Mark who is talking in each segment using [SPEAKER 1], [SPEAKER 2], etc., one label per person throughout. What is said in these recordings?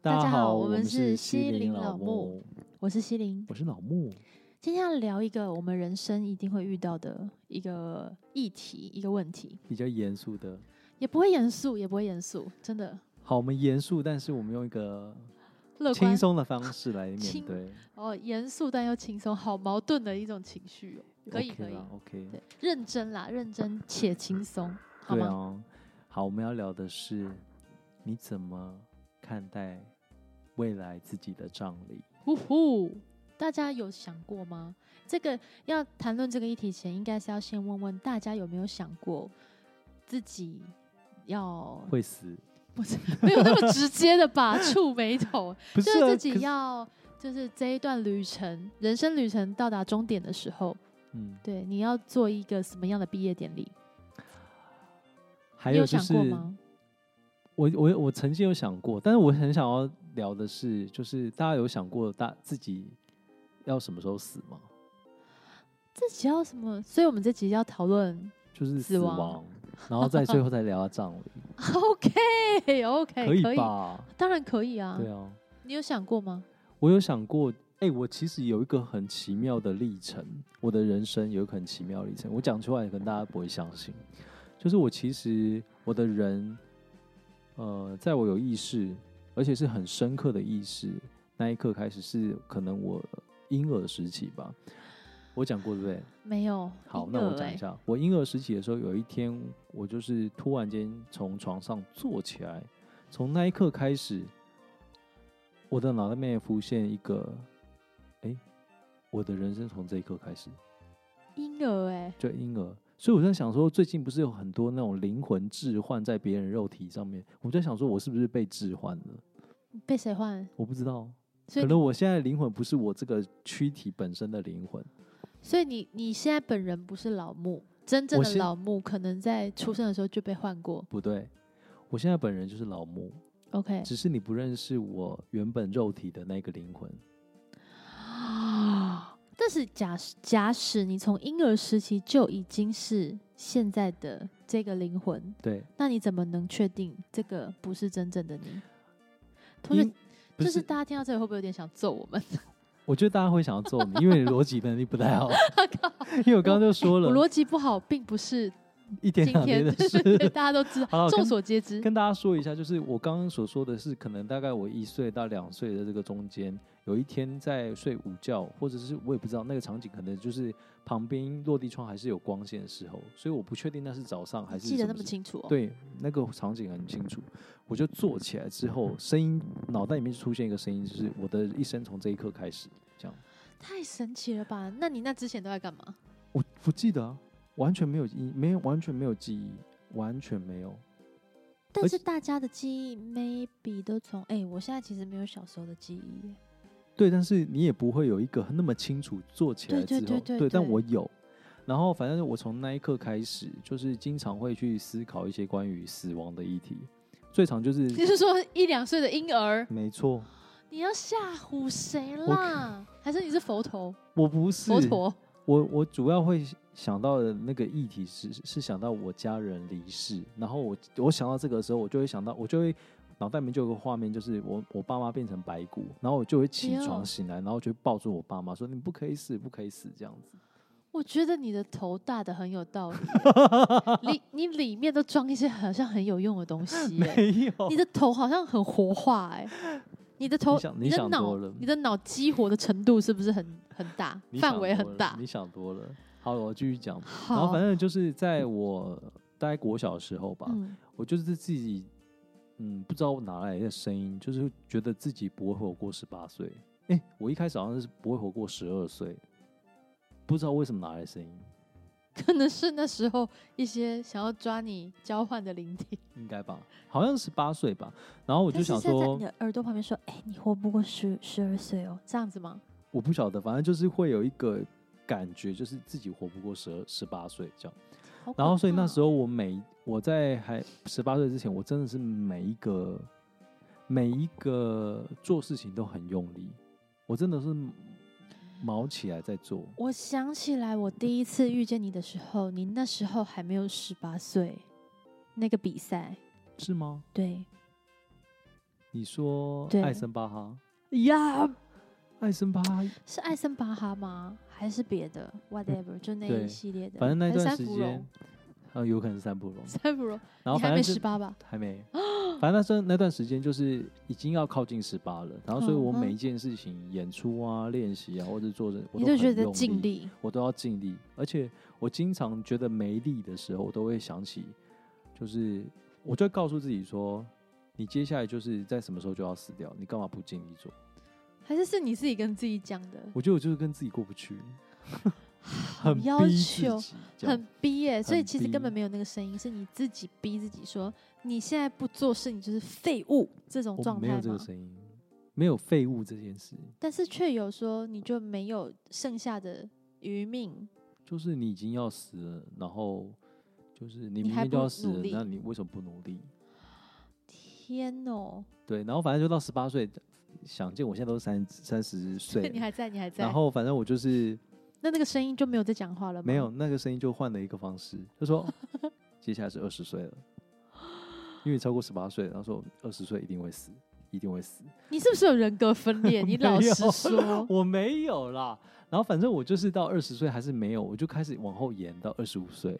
[SPEAKER 1] 大家
[SPEAKER 2] 大家
[SPEAKER 1] 好，
[SPEAKER 2] 好
[SPEAKER 1] 我
[SPEAKER 2] 我
[SPEAKER 1] 们
[SPEAKER 2] 们
[SPEAKER 1] 是
[SPEAKER 2] 是
[SPEAKER 1] 西
[SPEAKER 2] 西
[SPEAKER 1] 林
[SPEAKER 2] 林
[SPEAKER 1] 老
[SPEAKER 2] 老
[SPEAKER 1] 木
[SPEAKER 2] 木，我是西林，
[SPEAKER 1] 我是老木。
[SPEAKER 2] 今天要聊一个我们人生一定会遇到的一个议题，一个问题，
[SPEAKER 1] 比较严肃的。
[SPEAKER 2] 也不会严肃，也不会严肃，真的
[SPEAKER 1] 好，我们严肃，但是我们用一个
[SPEAKER 2] 乐观
[SPEAKER 1] 轻松的方式来面
[SPEAKER 2] 轻
[SPEAKER 1] 对。
[SPEAKER 2] 哦，严肃但又轻松，好矛盾的一种情绪哦。可以
[SPEAKER 1] OK
[SPEAKER 2] 可以
[SPEAKER 1] 啦，OK。
[SPEAKER 2] 对，认真啦，认真且轻松，好
[SPEAKER 1] 对
[SPEAKER 2] 吗？
[SPEAKER 1] 啊，好，我们要聊的是你怎么看待未来自己的葬礼？
[SPEAKER 2] 呼呼，大家有想过吗？这个要谈论这个议题前，应该是要先问问大家有没有想过自己要
[SPEAKER 1] 会死？
[SPEAKER 2] 不是没有那么直接的吧？ 触眉头，
[SPEAKER 1] 不、
[SPEAKER 2] 就是是
[SPEAKER 1] 啊、
[SPEAKER 2] 自己
[SPEAKER 1] 可是
[SPEAKER 2] 要，就是这一段旅程，人生旅程到达终点的时候，
[SPEAKER 1] 嗯，
[SPEAKER 2] 对，你要做一个什么样的毕业典礼？
[SPEAKER 1] 还
[SPEAKER 2] 你有
[SPEAKER 1] 就
[SPEAKER 2] 想
[SPEAKER 1] 是
[SPEAKER 2] 过吗？
[SPEAKER 1] 我我我曾经有想过，但是我很想要聊的是，就是大家有想过大自己要什么时候死吗？
[SPEAKER 2] 自己要什么？所以我们这集要讨论。
[SPEAKER 1] 就是
[SPEAKER 2] 死
[SPEAKER 1] 死
[SPEAKER 2] 亡
[SPEAKER 1] 然后再最后再聊到 葬礼，
[SPEAKER 2] OK OK，可哎
[SPEAKER 1] 以吧？
[SPEAKER 2] 当然可以啊。
[SPEAKER 1] 对啊，
[SPEAKER 2] 你有想过吗？
[SPEAKER 1] 我有想过，哎、我其实有一个很奇妙的历程，我的人生有一个很奇妙的历程，我讲出来可能大家不会相信，就是我其实我的人，呃，在我有意识，而且是很深刻的意识那一刻开始，是可能我婴儿时期吧，我讲过对不对？
[SPEAKER 2] 没有。
[SPEAKER 1] 好，
[SPEAKER 2] 婴
[SPEAKER 1] 那我
[SPEAKER 2] 儿
[SPEAKER 1] 讲
[SPEAKER 2] 欸
[SPEAKER 1] 一下，我婴儿时期的时候，有一天我就是突然间从床上坐起来，从那一刻开始，我的脑袋里面浮现一个，哎、我的人生从这一刻开始，
[SPEAKER 2] 婴儿哎、
[SPEAKER 1] 就婴儿。所以我在想说，最近不是有很多那种灵魂置换在别人肉体上面，我在想说，我是不是被置换了？
[SPEAKER 2] 被谁换？
[SPEAKER 1] 我不知道，
[SPEAKER 2] 所
[SPEAKER 1] 可
[SPEAKER 2] 以你
[SPEAKER 1] 能我现在的灵魂不是我这个躯体本身的灵魂。
[SPEAKER 2] 所以你你现在本人不是老木，真正
[SPEAKER 1] 我
[SPEAKER 2] 的
[SPEAKER 1] 现
[SPEAKER 2] 老木可能在出生的时候就被换过。
[SPEAKER 1] 不对，我现在本人就是老木。
[SPEAKER 2] OK，
[SPEAKER 1] 只是你不认识我原本肉体的那个灵魂。
[SPEAKER 2] 啊， 但是假使假使你从婴儿时期就已经是现在的这个灵魂，
[SPEAKER 1] 对，
[SPEAKER 2] 那你怎么能确定这个不是真正的你？同学
[SPEAKER 1] 因，不
[SPEAKER 2] 就是
[SPEAKER 1] 是，
[SPEAKER 2] 大家听到这里会不会有点想揍我们？
[SPEAKER 1] 我觉得大家会想要揍你，因为你逻辑能力不太 好。因为我刚刚就说
[SPEAKER 2] 我
[SPEAKER 1] 了，
[SPEAKER 2] 逻辑不好，并不是
[SPEAKER 1] 一 天
[SPEAKER 2] 今
[SPEAKER 1] 两
[SPEAKER 2] 天
[SPEAKER 1] 天的
[SPEAKER 2] 对
[SPEAKER 1] 事。
[SPEAKER 2] 大家都知
[SPEAKER 1] 好了
[SPEAKER 2] 道，
[SPEAKER 1] 我跟
[SPEAKER 2] 众所皆知。
[SPEAKER 1] 跟大家说一下，就是我刚刚所说的是，可能大概我一岁到两岁的这个中间，有一天在睡午觉，或者是我也不知道那个场景，可能就是旁边落地窗还是有光线的时候，所以我不确定那是早上还是
[SPEAKER 2] 记得
[SPEAKER 1] 什
[SPEAKER 2] 那
[SPEAKER 1] 时
[SPEAKER 2] 么清楚、哦，
[SPEAKER 1] 对，那个场景很清楚。我就坐起来之后，声音脑袋里面就出现一个声音，就是我的一生从这一刻开始。这样，
[SPEAKER 2] 太神奇了吧？那你那之前都在干嘛？
[SPEAKER 1] 我不记得啊，完全没有记，没有完全没有记忆，完全没有。
[SPEAKER 2] 但
[SPEAKER 1] 而
[SPEAKER 2] 是
[SPEAKER 1] 且
[SPEAKER 2] 大家的记忆 maybe 都从哎、我现在其实没有小时候的记 忆耶，
[SPEAKER 1] 对，但是你也不会有一个那么清楚坐起来之
[SPEAKER 2] 对
[SPEAKER 1] 后，
[SPEAKER 2] 对对对
[SPEAKER 1] 但
[SPEAKER 2] 对
[SPEAKER 1] 我有。然后，反正我从那一刻开始，就是经常会去思考一些关于死亡的议题。最常 就是，
[SPEAKER 2] 你是说一两岁的婴儿？
[SPEAKER 1] 没错，
[SPEAKER 2] 你要吓唬谁啦？还是你是佛头？
[SPEAKER 1] 我不是
[SPEAKER 2] 佛陀？
[SPEAKER 1] 我我主要会想到的那个议题是是想到我家人离世，然后我我想到这个的时候，我就会想到我就会脑袋里面就有个画面，就是我我爸妈变成白骨，然后我就会起
[SPEAKER 2] 哎呦
[SPEAKER 1] 床醒来，然后就会抱住我爸妈说你不可以死，不可以死这样 子。
[SPEAKER 2] 我觉得你的头大的很有道 理，里你里面都装一些好像很有用的 东西耶、
[SPEAKER 1] 没有，
[SPEAKER 2] 你的头好像很活化哎、你的头
[SPEAKER 1] 你，想
[SPEAKER 2] 的
[SPEAKER 1] 想
[SPEAKER 2] 脑
[SPEAKER 1] 多了，，
[SPEAKER 2] 你的脑激活的程度是不是很很大？
[SPEAKER 1] 你想
[SPEAKER 2] 范围
[SPEAKER 1] 多
[SPEAKER 2] 很
[SPEAKER 1] 了
[SPEAKER 2] 大
[SPEAKER 1] 你。想多了。好，我继续讲。然后
[SPEAKER 2] 好
[SPEAKER 1] 反，正就是在我大概国小的时候吧，
[SPEAKER 2] 嗯，
[SPEAKER 1] 我就是自己，嗯，不知道哪来的声音，就是觉得自己不会活过十八岁。哎、我一开始好像是不会活过十二岁，不知道为什么哪来的声音，
[SPEAKER 2] 可能是那时候一些想要抓你交换的灵体。
[SPEAKER 1] 应该吧？好像十八岁吧。然后我
[SPEAKER 2] 我
[SPEAKER 1] 就想说
[SPEAKER 2] 你，的耳朵旁边说：“哎、你活不过十十二岁哦。”这样子吗？
[SPEAKER 1] 我不晓得，反正就是会有一个感觉，就是自己活不过十二十八岁这样。 然后所以那时
[SPEAKER 2] 候
[SPEAKER 1] 候我每我在还十八岁之前，我真的是每一个每一个做事情都很用力，我真的是毛起来在做。
[SPEAKER 2] 我想起来，我第一次遇见你的时候，你那时候还没有十八岁。那个比赛，
[SPEAKER 1] 是吗？
[SPEAKER 2] 对，
[SPEAKER 1] 你说
[SPEAKER 2] 对
[SPEAKER 1] 艾森巴哈，
[SPEAKER 2] 呀，
[SPEAKER 1] 艾森巴哈，
[SPEAKER 2] 是艾森巴哈吗？还是别的？Whatever，就那
[SPEAKER 1] 对
[SPEAKER 2] 一系列的。
[SPEAKER 1] 反正那
[SPEAKER 2] 还是
[SPEAKER 1] 段
[SPEAKER 2] 三
[SPEAKER 1] 时
[SPEAKER 2] 芙
[SPEAKER 1] 间
[SPEAKER 2] 蓉，，
[SPEAKER 1] 呃，有可能是三浦龙，
[SPEAKER 2] 三芙蓉，
[SPEAKER 1] 然后
[SPEAKER 2] 你还
[SPEAKER 1] 反
[SPEAKER 2] 没
[SPEAKER 1] 正
[SPEAKER 2] 十
[SPEAKER 1] 就
[SPEAKER 2] 八吧？
[SPEAKER 1] 还 没，反正那段那段时间就是已经要靠近十八了，然后所以我
[SPEAKER 2] 嗯哼
[SPEAKER 1] 每一件事情，演出啊、练习啊，或者做人，我
[SPEAKER 2] 你
[SPEAKER 1] 都很
[SPEAKER 2] 觉得
[SPEAKER 1] 用
[SPEAKER 2] 尽力，
[SPEAKER 1] 我都要尽力，而且我经常觉得没力的时候，我都会想起，就是我就会告诉自己说，你接下来就是在什么时候就要死掉，你干嘛不尽力做？
[SPEAKER 2] 还是是你自己跟自己讲的？
[SPEAKER 1] 我觉得我就是跟自己过不 去，很
[SPEAKER 2] 要
[SPEAKER 1] 逼自
[SPEAKER 2] 求
[SPEAKER 1] 己这样
[SPEAKER 2] 很逼耶、所以
[SPEAKER 1] 很
[SPEAKER 2] 其实
[SPEAKER 1] 逼
[SPEAKER 2] 根本没有那个声音，是你自己逼自己说，你现在不做事，你就是废物这种
[SPEAKER 1] 我
[SPEAKER 2] 状
[SPEAKER 1] 没
[SPEAKER 2] 态
[SPEAKER 1] 有这个
[SPEAKER 2] 嘛。
[SPEAKER 1] 声音，没有废物这件事，
[SPEAKER 2] 但是却有说你就没有剩下的余命，
[SPEAKER 1] 就是你已经要死了，然后就是你
[SPEAKER 2] 你
[SPEAKER 1] 明
[SPEAKER 2] 还
[SPEAKER 1] 天就
[SPEAKER 2] 不
[SPEAKER 1] 要死
[SPEAKER 2] 努
[SPEAKER 1] 了，
[SPEAKER 2] 力
[SPEAKER 1] 那你为什么不努力？
[SPEAKER 2] 天哦！
[SPEAKER 1] 对，然后反正就到十八岁，想见我现在都三三十岁
[SPEAKER 2] 你
[SPEAKER 1] 了，
[SPEAKER 2] 还在，你还在，
[SPEAKER 1] 然后反正我就是。
[SPEAKER 2] 那那个声音就没有再讲话了吗？
[SPEAKER 1] 没有，，那个声音就换了一个方式，他 说接下来是二十岁了，因为你超过十八岁，然后说二十岁一定会死，一定会死。
[SPEAKER 2] 你是不是有人格 分裂？你老
[SPEAKER 1] 没
[SPEAKER 2] 实
[SPEAKER 1] 有，
[SPEAKER 2] 说
[SPEAKER 1] 我没有啦，然后反正我就是到二十岁还是没有，我就开始往后延到二十五岁。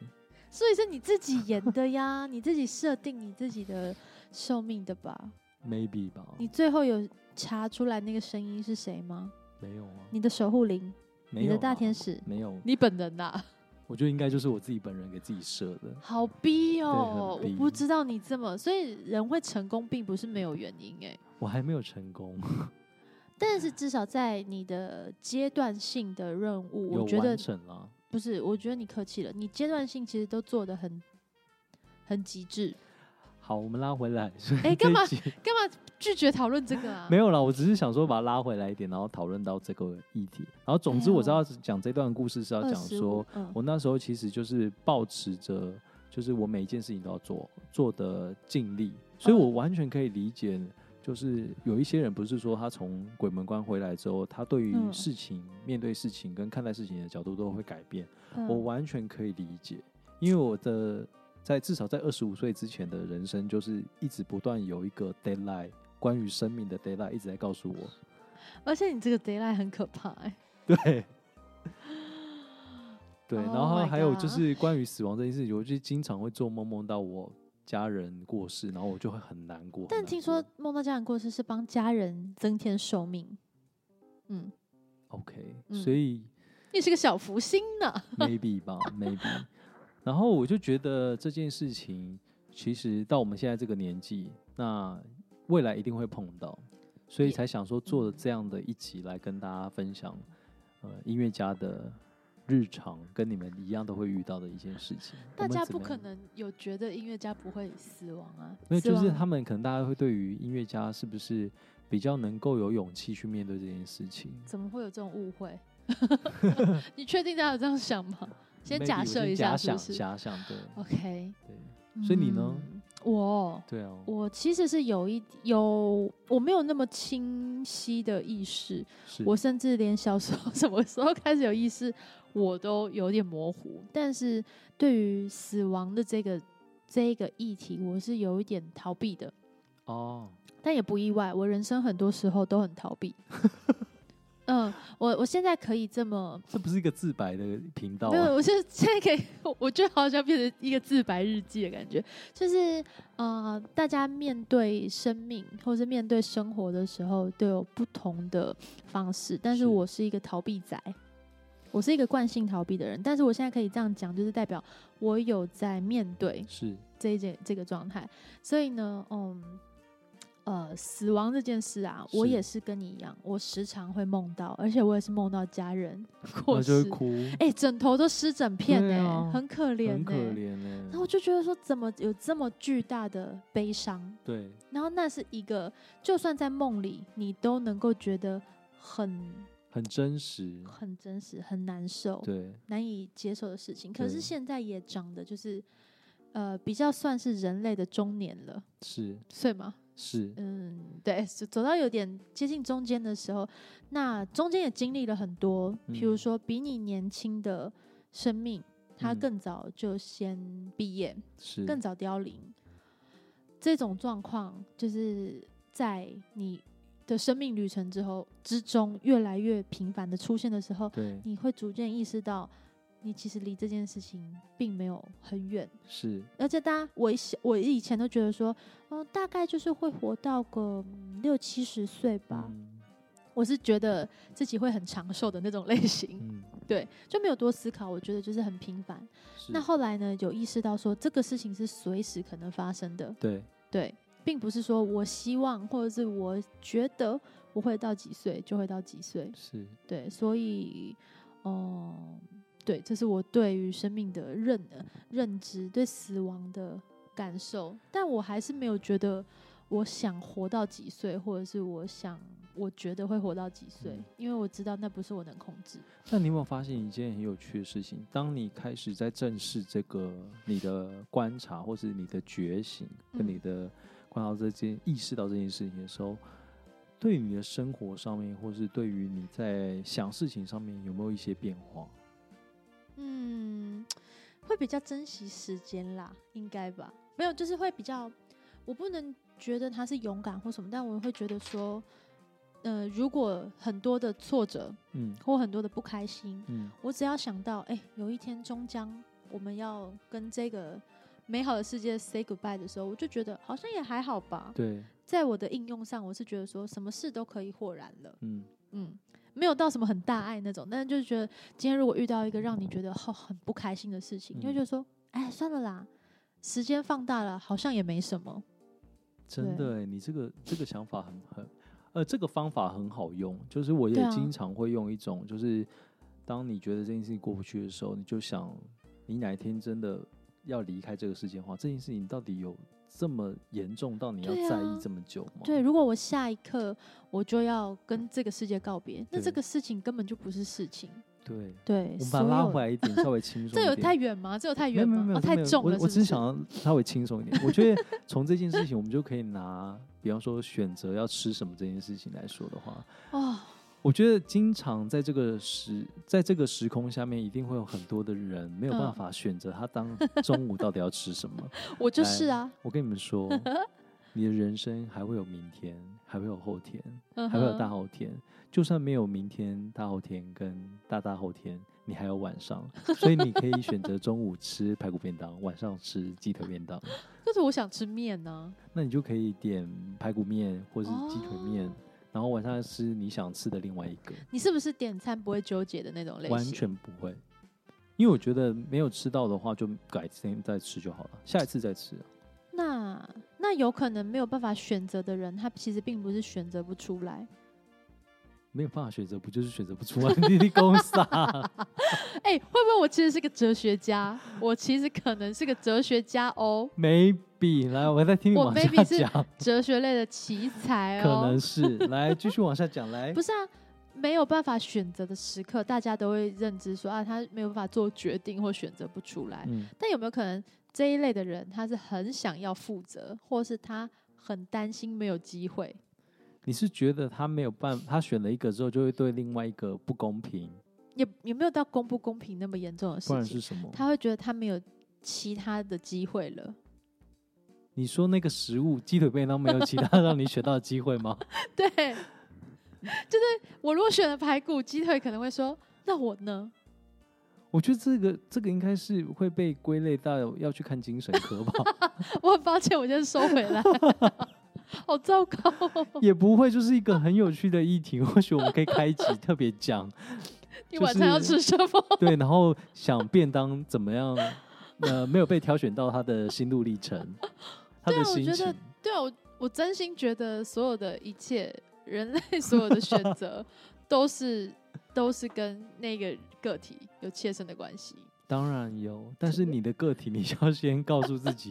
[SPEAKER 2] 所以是你自己演的呀， 你自己设定你自己的寿命的吧？
[SPEAKER 1] maybe 吧，
[SPEAKER 2] 你最后有查出来那个声音是谁吗？
[SPEAKER 1] 没有啊，
[SPEAKER 2] 你的守护灵，
[SPEAKER 1] 没
[SPEAKER 2] 你
[SPEAKER 1] 有
[SPEAKER 2] 的大
[SPEAKER 1] 啊
[SPEAKER 2] 天使，
[SPEAKER 1] 没有，
[SPEAKER 2] 你本人呐、啊
[SPEAKER 1] 我觉得应该就是我自己本人给自己设的。
[SPEAKER 2] 好逼哦！
[SPEAKER 1] 对
[SPEAKER 2] 我
[SPEAKER 1] 很逼
[SPEAKER 2] 不知道你这么，所以人会成功并不是没有原因哎，
[SPEAKER 1] 我还没有成功，
[SPEAKER 2] 但是至少在你的阶段性的任务，
[SPEAKER 1] 有
[SPEAKER 2] 我觉得
[SPEAKER 1] 完成啦。
[SPEAKER 2] 不是，我觉得你客气了，你阶段性其实都做的很很极致。
[SPEAKER 1] 好，我们拉回来。
[SPEAKER 2] 哎干嘛
[SPEAKER 1] 这一集
[SPEAKER 2] 干嘛拒绝讨论这个啊？
[SPEAKER 1] 没有啦，我只是想说把它拉回来一点，然后讨论到这个议题。然后总之，
[SPEAKER 2] 哎呦
[SPEAKER 1] 我知道讲这段故事是要
[SPEAKER 2] 25，
[SPEAKER 1] 讲说，
[SPEAKER 2] 嗯，
[SPEAKER 1] 我那时候其实就是抱持着，就是我每一件事情都要做，做的尽力，所以
[SPEAKER 2] 嗯
[SPEAKER 1] 我完全可以理解，就是有一些人不是说他从鬼门关回来之后，他对于
[SPEAKER 2] 嗯
[SPEAKER 1] 事情、面对事情跟看待事情的角度都会改变，
[SPEAKER 2] 嗯
[SPEAKER 1] 我完全可以理解，因为我的在至少在二十五岁之前的人生，就是一直不断有一个 deadline，关于生命的 deadline 一直在告诉我，
[SPEAKER 2] 而且你这个 d a y l i g h t 很可怕哎、
[SPEAKER 1] 对。对，然
[SPEAKER 2] Oh
[SPEAKER 1] 后
[SPEAKER 2] my
[SPEAKER 1] 还有就
[SPEAKER 2] God
[SPEAKER 1] 是关于死亡这件事情，我就经常会做梦，梦到我家人过世，然后我就会很难过。很
[SPEAKER 2] 但
[SPEAKER 1] 难
[SPEAKER 2] 听说
[SPEAKER 1] 过
[SPEAKER 2] 梦到家人过世是帮家人增添寿命，嗯，
[SPEAKER 1] OK，、
[SPEAKER 2] 嗯
[SPEAKER 1] 所以
[SPEAKER 2] 你是个小福星呢。
[SPEAKER 1] maybe 吧，maybe。然后我就觉得这件事情，其实到我们现在这个年纪，那未来一定会碰到，所以
[SPEAKER 2] 也
[SPEAKER 1] 才想说做了这样的一集来跟大家分享，呃，音乐家的日常跟你们一样都会遇到的一件事情。我
[SPEAKER 2] 大
[SPEAKER 1] 们
[SPEAKER 2] 家
[SPEAKER 1] 怎
[SPEAKER 2] 不
[SPEAKER 1] 么
[SPEAKER 2] 可
[SPEAKER 1] 样
[SPEAKER 2] 能有觉得音乐家不会死亡啊，
[SPEAKER 1] 没有，
[SPEAKER 2] 死
[SPEAKER 1] 就
[SPEAKER 2] 亡
[SPEAKER 1] 是他们可能大家会对于音乐家是不是比较能够有勇气去面对这件事情。
[SPEAKER 2] 怎么会有这种误会？ 你确定大家有这样想吗？先
[SPEAKER 1] Maybe
[SPEAKER 2] 假
[SPEAKER 1] 我
[SPEAKER 2] 设
[SPEAKER 1] 先
[SPEAKER 2] 一
[SPEAKER 1] 假想
[SPEAKER 2] 下，是哦不是
[SPEAKER 1] 假想对
[SPEAKER 2] ？OK，
[SPEAKER 1] 对所以你呢
[SPEAKER 2] 嗯我
[SPEAKER 1] 对啊，
[SPEAKER 2] 我其实是有一有我没有那么清晰的意识，
[SPEAKER 1] 是
[SPEAKER 2] 我甚至连小时候 什么时候开始有意识我都有点模糊。但是对于死亡的这个这个议题，我是有一点逃避的。
[SPEAKER 1] 哦，
[SPEAKER 2] 但也不意外，我人生很多时候都很逃避。 嗯，我我现在可以这么，
[SPEAKER 1] 这不是一个自白的频道
[SPEAKER 2] 没有，
[SPEAKER 1] 啊，
[SPEAKER 2] 我是现在可以，我我觉得好像变成一个自白日记的感觉，就是呃，大家面对生命或是面对生活的时候都有不同的方式，但是
[SPEAKER 1] 是
[SPEAKER 2] 我是一个逃避仔，我是一个惯性逃避的人，但是我现在可以这样讲，就是代表我有在面对，
[SPEAKER 1] 是
[SPEAKER 2] 这一件这个状态。所以呢，嗯，呃，死亡这件事啊，我
[SPEAKER 1] 是
[SPEAKER 2] 也是跟你一样，我时常会梦到，而且我也是梦到家人 过
[SPEAKER 1] 那就会
[SPEAKER 2] 世，
[SPEAKER 1] 哭，
[SPEAKER 2] 哎、枕头都湿整片呢、
[SPEAKER 1] 对啊
[SPEAKER 2] 很可怜、
[SPEAKER 1] 很
[SPEAKER 2] 呢。
[SPEAKER 1] 可怜欸呢。
[SPEAKER 2] 然后我就觉得说，怎么有这么巨大的悲伤？
[SPEAKER 1] 对，
[SPEAKER 2] 然后那是一个，就算在梦里，你都能够觉得很
[SPEAKER 1] 很真实，
[SPEAKER 2] 很真实、很难受、
[SPEAKER 1] 对，
[SPEAKER 2] 难以接受的事情。可
[SPEAKER 1] 对
[SPEAKER 2] 是现在也长得就是，呃，比较算是人类的中年了。
[SPEAKER 1] 是
[SPEAKER 2] 岁嘛，
[SPEAKER 1] 是，
[SPEAKER 2] 嗯，对，走走到有点接近中间的时候，那中间也经历了很多，比如
[SPEAKER 1] 嗯
[SPEAKER 2] 说比你年轻的生命，他
[SPEAKER 1] 嗯
[SPEAKER 2] 更早就先毕业，
[SPEAKER 1] 是
[SPEAKER 2] 更早凋零，这种状况就是在你的生命旅程之后之中越来越频繁的出现的时候，
[SPEAKER 1] 对，
[SPEAKER 2] 你会逐渐意识到，你其实离这件事情并没有很远。
[SPEAKER 1] 是，
[SPEAKER 2] 而且大家，我以前我以前都觉得说，嗯、大概就是会活到个嗯六七十岁吧，
[SPEAKER 1] 嗯
[SPEAKER 2] 我是觉得自己会很长寿的那种类型，
[SPEAKER 1] 嗯，
[SPEAKER 2] 对，就没有多思考，我觉得就是很平凡。
[SPEAKER 1] 是
[SPEAKER 2] 那后来呢，有意识到说这个事情是随时可能发生的，
[SPEAKER 1] 对，
[SPEAKER 2] 对，并不是说我希望或者是我觉得我会到几岁就会到几岁，
[SPEAKER 1] 是，
[SPEAKER 2] 对，所以，哦、对，这是我对于生命的认呃认知，对死亡的感受，但我还是没有觉得我想活到几岁，或者是我想我觉得会活到几岁，
[SPEAKER 1] 嗯
[SPEAKER 2] 因为我知道那不是我能控制。
[SPEAKER 1] 那你有没有发现一件很有趣的事情？当你开始在正视这个你的观察，或是你的觉醒，跟
[SPEAKER 2] 嗯
[SPEAKER 1] 你的观察这件意识到这件事情的时候，对你的生活上面，或是对于你在想事情上面，有没有一些变化？
[SPEAKER 2] 嗯，会比较珍惜时间啦，应该吧？没有，就是会比较，我不能觉得他是勇敢或什么，但我会觉得说，呃，如果很多的挫折
[SPEAKER 1] 嗯
[SPEAKER 2] 或很多的不开心，
[SPEAKER 1] 嗯，
[SPEAKER 2] 我只要想到，哎、有一天终将我们要跟这个美好的世界 say goodbye 的时候，我就觉得好像也还好吧。
[SPEAKER 1] 对，
[SPEAKER 2] 在我的应用上，我是觉得说什么事都可以豁然了，
[SPEAKER 1] 嗯
[SPEAKER 2] 嗯，没有到什么很大爱那种，但是就是觉得今天如果遇到一个让你觉得哦很不开心的事情，你会
[SPEAKER 1] 嗯
[SPEAKER 2] 觉得说，哎，算了啦，时间放大了，好像也没什么。
[SPEAKER 1] 真
[SPEAKER 2] 对
[SPEAKER 1] 的欸，你这个这个想法很很，呃，这个方法很好用。就是我
[SPEAKER 2] 对
[SPEAKER 1] 也
[SPEAKER 2] 啊
[SPEAKER 1] 经常会用一种，就是当你觉得这件事情过不去的时候，你就想，你哪一天真的要离开这个世界的话，这件事情到底有这么严重到你要
[SPEAKER 2] 对
[SPEAKER 1] 在
[SPEAKER 2] 啊
[SPEAKER 1] 意这么久吗？
[SPEAKER 2] 对，如果我下一刻我就要跟这个世界告别，那
[SPEAKER 1] 对
[SPEAKER 2] 这个事情根本就不是事情。
[SPEAKER 1] 对，
[SPEAKER 2] 对，
[SPEAKER 1] 我们
[SPEAKER 2] 所
[SPEAKER 1] 把它拉
[SPEAKER 2] 有
[SPEAKER 1] 回来一点，稍微轻松一
[SPEAKER 2] 这
[SPEAKER 1] 点。
[SPEAKER 2] 有太远吗？这有太远
[SPEAKER 1] 没有
[SPEAKER 2] 吗？
[SPEAKER 1] 没有没有
[SPEAKER 2] 哦、太
[SPEAKER 1] 没有
[SPEAKER 2] 重了
[SPEAKER 1] 我我
[SPEAKER 2] 是
[SPEAKER 1] 只是
[SPEAKER 2] 不是
[SPEAKER 1] 想要稍微轻松一点。我觉得从这件事情，我们就可以拿，比方说选择要吃什么这件事情来说的话，
[SPEAKER 2] 哦，
[SPEAKER 1] 我觉得经常在这个时，在这个时空下面，一定会有很多的人没有办法选择他当中午到底要吃什么。
[SPEAKER 2] 我 就是啊，
[SPEAKER 1] 我跟你们说，你的人生还会有明天，还会有后天，
[SPEAKER 2] 还
[SPEAKER 1] 还会有大后天。就算没有明天、大后天跟大大后天，你还有晚 上，所以你可以选择中午吃排骨便当，晚上吃鸡腿便当。
[SPEAKER 2] 就是我想吃面呢、
[SPEAKER 1] 那你就可以点排骨面或是鸡腿面，
[SPEAKER 2] 哦
[SPEAKER 1] 然后晚上吃你想吃的另外一个。
[SPEAKER 2] 你是不是点餐不会纠结的那种类型？
[SPEAKER 1] 完全不会，因为我觉得没有吃到的话，就改天再吃就好了，下一次再吃、啊。
[SPEAKER 2] 那那有可能没有办法选择的人，他其实并不是选择不出来。
[SPEAKER 1] 没有办法选择，不就是选择不 出来？你的公司啊，
[SPEAKER 2] 哎、会不会我其实是个哲学家？我其实可能是个哲学家哦，
[SPEAKER 1] 没比来，我在听你
[SPEAKER 2] 我
[SPEAKER 1] 往
[SPEAKER 2] maybe
[SPEAKER 1] 下
[SPEAKER 2] 是
[SPEAKER 1] 讲，
[SPEAKER 2] 哲学类的奇才
[SPEAKER 1] 可
[SPEAKER 2] 哦。
[SPEAKER 1] 能是来继续往下讲，来
[SPEAKER 2] 不，是啊，没有办法选择的时刻，大家都会认知说啊，他没有办法做决定或选择不出来。
[SPEAKER 1] 嗯，
[SPEAKER 2] 但有没有可能这一类的人，他是很想要负责，或是他很担心没有机会？
[SPEAKER 1] 你是觉得他没有办法，他选了一个之后就会对另外一个不公平，
[SPEAKER 2] 也也没有到公不公平那么严重的
[SPEAKER 1] 不
[SPEAKER 2] 事
[SPEAKER 1] 然
[SPEAKER 2] 情
[SPEAKER 1] 是，什么？
[SPEAKER 2] 他会觉得他没有其他的机会了。
[SPEAKER 1] 你说那个食物鸡腿便当没有其 他让你选到的机会吗？
[SPEAKER 2] 对，就是我如果选了排骨鸡腿，可能会说那我呢？
[SPEAKER 1] 我觉得这个这个应该是会被归类到要去看精神科吧。
[SPEAKER 2] 我很抱歉，我先收回来， 好糟糕哦、
[SPEAKER 1] 也不会，就是一个很有趣的议题。 或许我们可以开一集特别 讲，
[SPEAKER 2] 你
[SPEAKER 1] 就
[SPEAKER 2] 晚餐要
[SPEAKER 1] 是
[SPEAKER 2] 吃什么？
[SPEAKER 1] 对，然后想便当怎么样，呃，没有被挑选到他的心路历 程，他
[SPEAKER 2] 对
[SPEAKER 1] 的
[SPEAKER 2] 啊我
[SPEAKER 1] 心
[SPEAKER 2] 觉
[SPEAKER 1] 情，
[SPEAKER 2] 得对啊，我我真心觉得所有的一切，人类所有的选 择，都是都是跟那个个体有切身的关系。
[SPEAKER 1] 当然有，但是你的个体，你要先告诉自 己，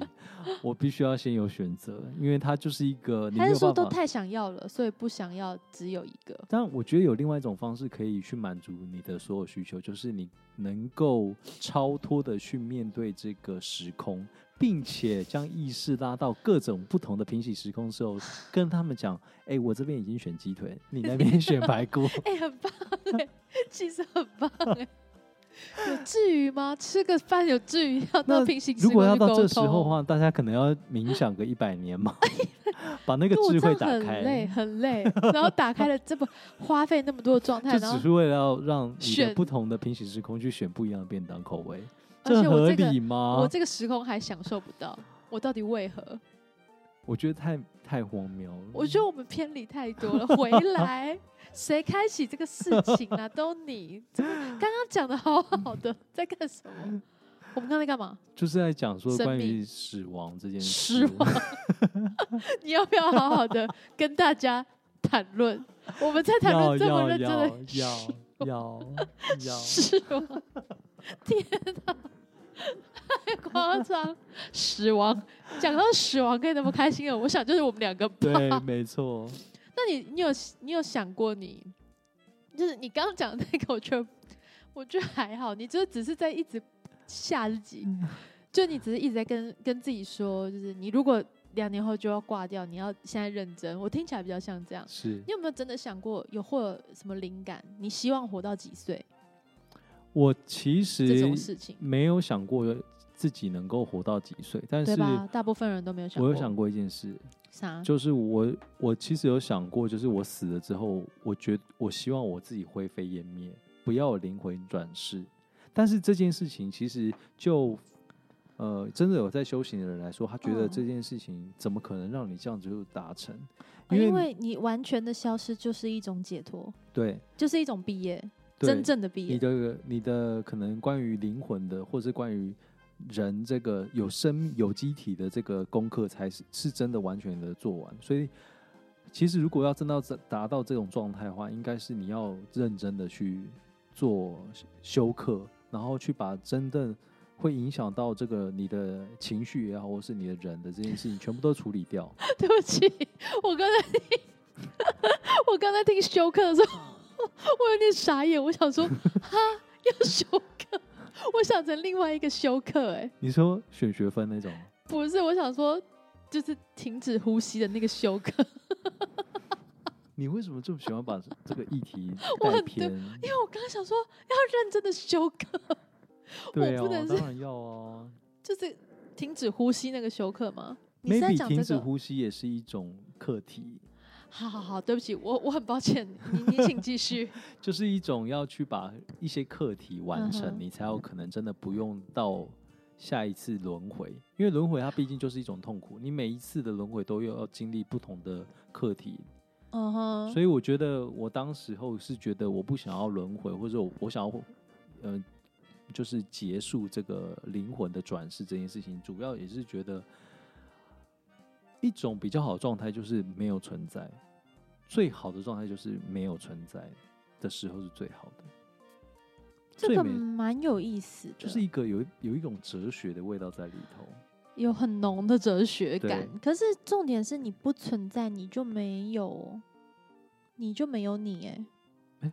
[SPEAKER 1] 我必须要先有选择，因为他就是一个你
[SPEAKER 2] 还
[SPEAKER 1] 没
[SPEAKER 2] 是
[SPEAKER 1] 有
[SPEAKER 2] 说都
[SPEAKER 1] 办法。
[SPEAKER 2] 太想要了，所以不想要只有一个？
[SPEAKER 1] 但我觉得有另外一种方式可以去满足你的所有需求，就是你能够超脱的去面对这个时空，并且将意识拉到各种不同的平行时空之后，跟他们讲：哎、我这边已经选 鸡腿，你那边选排骨。
[SPEAKER 2] 欸 哎、很棒哎、其实很棒哎、有至于吗？吃个饭有至于要到
[SPEAKER 1] 那
[SPEAKER 2] 平行时
[SPEAKER 1] 如果
[SPEAKER 2] 空
[SPEAKER 1] 要
[SPEAKER 2] 去
[SPEAKER 1] 到
[SPEAKER 2] 沟
[SPEAKER 1] 这时候的
[SPEAKER 2] 通
[SPEAKER 1] 话，大家可能要冥想个一百年 嘛，把那个
[SPEAKER 2] 因为我
[SPEAKER 1] 智
[SPEAKER 2] 这
[SPEAKER 1] 慧
[SPEAKER 2] 样
[SPEAKER 1] 打
[SPEAKER 2] 很累，
[SPEAKER 1] 开，
[SPEAKER 2] 很累，然后打开了这么花费那么多的状态，
[SPEAKER 1] 就
[SPEAKER 2] 然
[SPEAKER 1] 只
[SPEAKER 2] 后
[SPEAKER 1] 是为了要让你的
[SPEAKER 2] 选
[SPEAKER 1] 不同的平行时空去选不一样的便当口味，
[SPEAKER 2] 而且我
[SPEAKER 1] 合
[SPEAKER 2] 这个
[SPEAKER 1] 理吗？
[SPEAKER 2] 我这个时空还享受不到，我到底为何？
[SPEAKER 1] 我觉得太太荒谬了。
[SPEAKER 2] 我觉得我们偏离太 多了。回来，谁开启这个事情啊？都你，怎么刚刚讲的好好的，在干什 么？我们刚才干嘛？
[SPEAKER 1] 就是在讲说
[SPEAKER 2] 生
[SPEAKER 1] 关
[SPEAKER 2] 命
[SPEAKER 1] 于死亡这件
[SPEAKER 2] 死
[SPEAKER 1] 事，
[SPEAKER 2] 你要不要好好的跟大家谈 论？我们在谈论这么认真的
[SPEAKER 1] 要要要要
[SPEAKER 2] 死亡， 天哪，太夸张！死亡，讲到死亡可以那么开心了，我想就是我们两个吧。
[SPEAKER 1] 对，没错。
[SPEAKER 2] 那你你有你有想过你，就是你刚刚讲的那个，我觉得我觉得还好，你就只是在一直吓自己，就你只是一直在跟跟自己说，就是你如果两年后就要挂掉，你要现在认真。我听起来比较像这样。
[SPEAKER 1] 是
[SPEAKER 2] 你有没有真的想过有会有什么灵感？你希望活到几岁
[SPEAKER 1] 我其
[SPEAKER 2] 这
[SPEAKER 1] 实
[SPEAKER 2] 种事情，
[SPEAKER 1] 没有想过自己能够活到几岁，但
[SPEAKER 2] 对
[SPEAKER 1] 是
[SPEAKER 2] 吧？大部分人都没有想
[SPEAKER 1] 我
[SPEAKER 2] 过。
[SPEAKER 1] 有想过一件事，
[SPEAKER 2] 啥？
[SPEAKER 1] 就是我我其实有想过，就是我死了之后，我觉我希望我自己灰飞烟灭，不要有灵魂转世。但是这件事情其实就呃，真的有在修行的人来说，他觉得
[SPEAKER 2] 嗯
[SPEAKER 1] 这件事情怎么可能让你这样子就达成？
[SPEAKER 2] 呃因
[SPEAKER 1] 因为
[SPEAKER 2] 为你完全的消失就是一种解脱，
[SPEAKER 1] 对，
[SPEAKER 2] 就是一种毕业，
[SPEAKER 1] 对
[SPEAKER 2] 真正的毕
[SPEAKER 1] 你
[SPEAKER 2] 业。
[SPEAKER 1] 的你的可能关于灵魂的，或是关于人这个有生命有机体的这个功课，才是是真的完全的做完。所以，其实如果要真到这达到这种状态的话，应该是你要认真的去做修课，然后去把真正会影响到这个你的情绪也好，或是你的人的这件事情，全部都处理 掉。
[SPEAKER 2] 对不起，我刚才听， 我刚才听休克的时候， 我有点傻眼，我想说，哈，要休克，我想成另外一个休克、哎，
[SPEAKER 1] 你说选学分那种，
[SPEAKER 2] 不是，我想说，就是停止呼吸的那个休克，
[SPEAKER 1] 你为什么这么喜欢把这个议题
[SPEAKER 2] 我很
[SPEAKER 1] 带
[SPEAKER 2] 对
[SPEAKER 1] 偏？
[SPEAKER 2] 因为我刚刚想说要认真的休克，
[SPEAKER 1] 对
[SPEAKER 2] 我
[SPEAKER 1] 啊
[SPEAKER 2] 不能，是
[SPEAKER 1] 当然要啊。
[SPEAKER 2] 就是停止呼吸那个休克吗？你是在
[SPEAKER 1] maybe
[SPEAKER 2] 讲
[SPEAKER 1] 停
[SPEAKER 2] 这
[SPEAKER 1] 止
[SPEAKER 2] 个？
[SPEAKER 1] 呼吸也是一种课题，
[SPEAKER 2] 好好好，对不起，我我很抱歉，你你请继 续。
[SPEAKER 1] 就是一种要去把一些课题完成，
[SPEAKER 2] 嗯哼
[SPEAKER 1] 你才有可能真的不用到下一次轮回。因为轮回它毕竟就是一种痛苦，你每一次的轮回都要经历不同的课题，
[SPEAKER 2] 嗯哼，
[SPEAKER 1] 所以我觉得我当时候是觉得我不想要轮回，或者我我想要，呃，就是结束这个灵魂的转世这件事情，主要也是觉得一种比较好的状态就是没有存在，最好的状态就是没有存在的时候是最好的，
[SPEAKER 2] 这
[SPEAKER 1] 最
[SPEAKER 2] 个
[SPEAKER 1] 美
[SPEAKER 2] 蛮有意思的，
[SPEAKER 1] 就是一个有有一种哲学的味道在里头。
[SPEAKER 2] 有很浓的哲学
[SPEAKER 1] 对
[SPEAKER 2] 感。可是重点是你不存在，你就没有，你就没有你哎、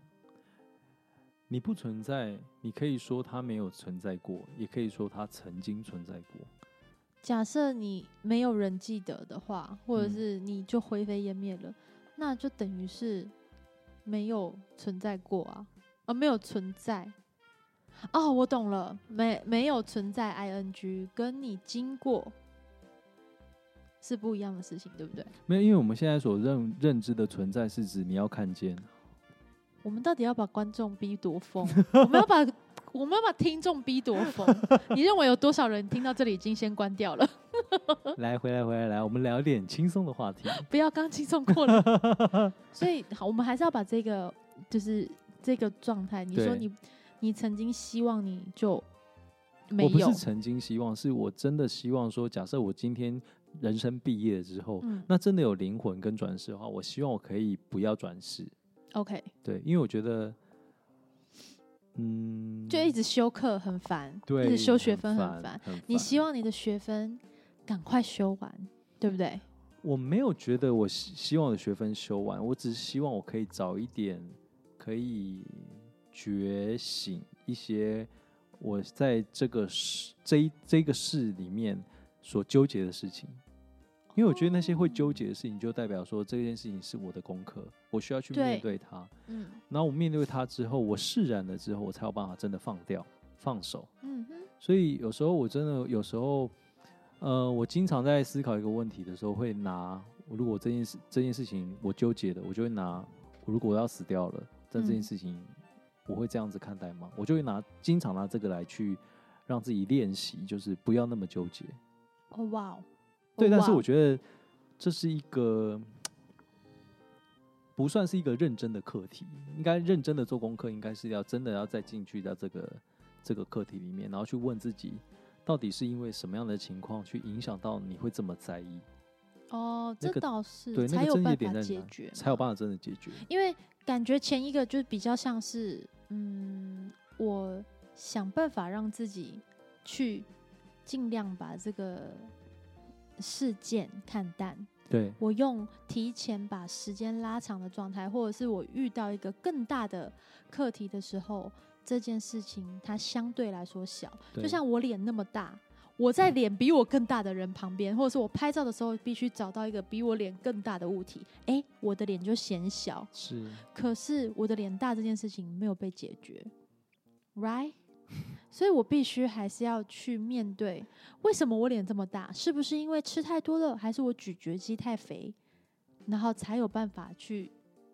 [SPEAKER 1] 你不存在，你可以说它没有存在过，也可以说它曾经存在过。
[SPEAKER 2] 假设你没有人记得的话，或者
[SPEAKER 1] 嗯
[SPEAKER 2] 是你就灰飞烟灭了，那就等于是没有存在过啊，啊，没有存在。哦，我懂了，没没有存在 ing 跟你经过是不一样的事情，对不对？
[SPEAKER 1] 没有，因为我们现在所认认知的存在是指你要看见，
[SPEAKER 2] 我们到底要把观众逼多疯？ 我们要把我们要把听众逼多疯？ 你认为有多少人听到这里已经先关掉了？ 呃
[SPEAKER 1] 来，回来，回来，来，我们聊点轻松的话题。
[SPEAKER 2] 不要刚轻松过了。 所以好，我们还是要把这个就是这个状态。你说
[SPEAKER 1] 对
[SPEAKER 2] 你你曾经希望你就没
[SPEAKER 1] 我不
[SPEAKER 2] 有
[SPEAKER 1] 是，曾经希望，是我真的希望说，假设我今天人生毕业之后，
[SPEAKER 2] 嗯
[SPEAKER 1] 那真的有灵魂跟转世的话，我希望我可以不要转世。
[SPEAKER 2] ，OK，
[SPEAKER 1] 对，因为我觉得，嗯，
[SPEAKER 2] 就一直修课很烦，
[SPEAKER 1] 对
[SPEAKER 2] 一直修学分很
[SPEAKER 1] 烦
[SPEAKER 2] 烦。。你希望你的学分赶快修完，对不对？
[SPEAKER 1] 我没有觉得我希希望我的学分修完，我只是希望我可以早一点可以觉醒一些我在这个世这一这个事里面所纠结的事情。因为我觉得那些会纠结的事情，就代表说这件事情是我的功课，我需要去面
[SPEAKER 2] 对
[SPEAKER 1] 对它。
[SPEAKER 2] 嗯，
[SPEAKER 1] 然后我面对它之后，我释然了之后，我才有办法真的放掉。放手。
[SPEAKER 2] 嗯哼，
[SPEAKER 1] 所以有时候我真的有时候，呃，我经常在思考一个问题的时候，会拿如果这件事这件事情我纠结的，我就会拿如果我要死掉了，但这件
[SPEAKER 2] 嗯
[SPEAKER 1] 事情我会这样子看待吗？我就会拿经常拿这个来去让自己练习，就是不要那么纠结。
[SPEAKER 2] 哦哇哦，
[SPEAKER 1] 对，
[SPEAKER 2] 哦
[SPEAKER 1] 但
[SPEAKER 2] 哇
[SPEAKER 1] 是我
[SPEAKER 2] 哦
[SPEAKER 1] 觉得这是一个不算是一个认真的课题，应该认真的做功课，应该是要真的要再进去到这个这个课题里面，然后去问自己，到底是因为什么样的情况去影响到你会这么在意？
[SPEAKER 2] 哦，
[SPEAKER 1] 那
[SPEAKER 2] 这
[SPEAKER 1] 个
[SPEAKER 2] 倒是、
[SPEAKER 1] 对，那个
[SPEAKER 2] 才有
[SPEAKER 1] 症结
[SPEAKER 2] 办
[SPEAKER 1] 点
[SPEAKER 2] 法
[SPEAKER 1] 在
[SPEAKER 2] 解
[SPEAKER 1] 哪
[SPEAKER 2] 决，？
[SPEAKER 1] 才有办法真的解决。
[SPEAKER 2] 因为感觉前一个就比较像是，嗯，我想办法让自己去尽量把这个事件看淡，
[SPEAKER 1] 对，
[SPEAKER 2] 我用提前把时间拉长的状态，或者是我遇到一个更大的课题的时候，这件事情它相对来说小。
[SPEAKER 1] 对嗯
[SPEAKER 2] 就像我脸那么大，我在脸比我更大的人旁边，或者是我拍照的时候必须找到一个比我脸更大的物体，诶，我的脸就显小。
[SPEAKER 1] 是
[SPEAKER 2] 可是我的脸大这件事情没有被解决，right？所以我必须还是要去面对，为什么我脸这么大？是不是因为吃太多了，还是我咀嚼肌太肥，然后才有办法去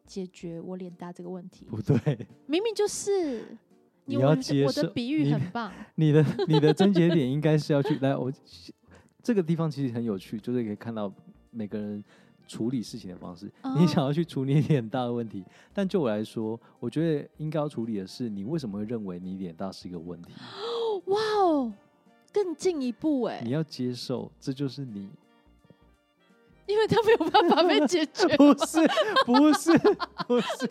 [SPEAKER 2] 解决我脸大这个问题？
[SPEAKER 1] 不对？
[SPEAKER 2] 明明就是，
[SPEAKER 1] 你
[SPEAKER 2] 我
[SPEAKER 1] 要
[SPEAKER 2] 的
[SPEAKER 1] 接
[SPEAKER 2] 我的
[SPEAKER 1] 受
[SPEAKER 2] 比喻
[SPEAKER 1] 你
[SPEAKER 2] 很棒，
[SPEAKER 1] 你的 你的症结点应该是要去来我 这个地方其实很有趣，就是可以看到每个人处理事情的方式。你
[SPEAKER 2] 哦
[SPEAKER 1] 想要去处理脸大的问题，但就我来说，我觉得应该要处理的是你为什么会认为你脸大是一个问题？
[SPEAKER 2] 哇哦，更进一步哎、
[SPEAKER 1] 你要接受这就是你，
[SPEAKER 2] 因为他没有办法被解 决，
[SPEAKER 1] 不是不是不是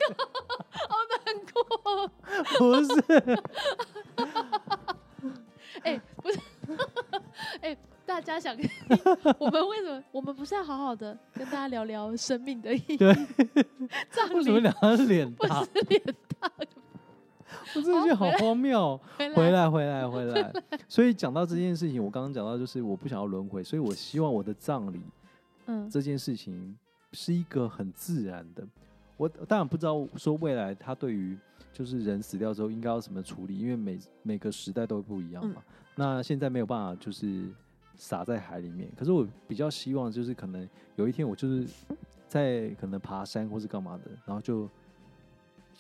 [SPEAKER 2] 好难过。
[SPEAKER 1] 不是，
[SPEAKER 2] 哎、不是， 哎、大家想，我们为什么我们不是要好好的跟大家聊聊生命的意义？
[SPEAKER 1] 对，
[SPEAKER 2] 葬
[SPEAKER 1] 为什么
[SPEAKER 2] 礼
[SPEAKER 1] 两个人脸
[SPEAKER 2] 不
[SPEAKER 1] 大？
[SPEAKER 2] 是脸大
[SPEAKER 1] 我真的觉得好荒谬哦。
[SPEAKER 2] 回来，
[SPEAKER 1] 回来，回来，回来。 所以讲到这件事情，我刚刚讲到就是我不想要轮回，所以我希望我的葬礼
[SPEAKER 2] 嗯，
[SPEAKER 1] 这件事情是一个很自然的。我当然不知道说未来他对于就是人死掉之后应该要怎么处理，因为每每个时代都不一样
[SPEAKER 2] 嗯
[SPEAKER 1] 嘛。那现在没有办法就是撒在海里面，可是我比较希望就是可能有一天我就是在可能爬山或是干嘛的，然后就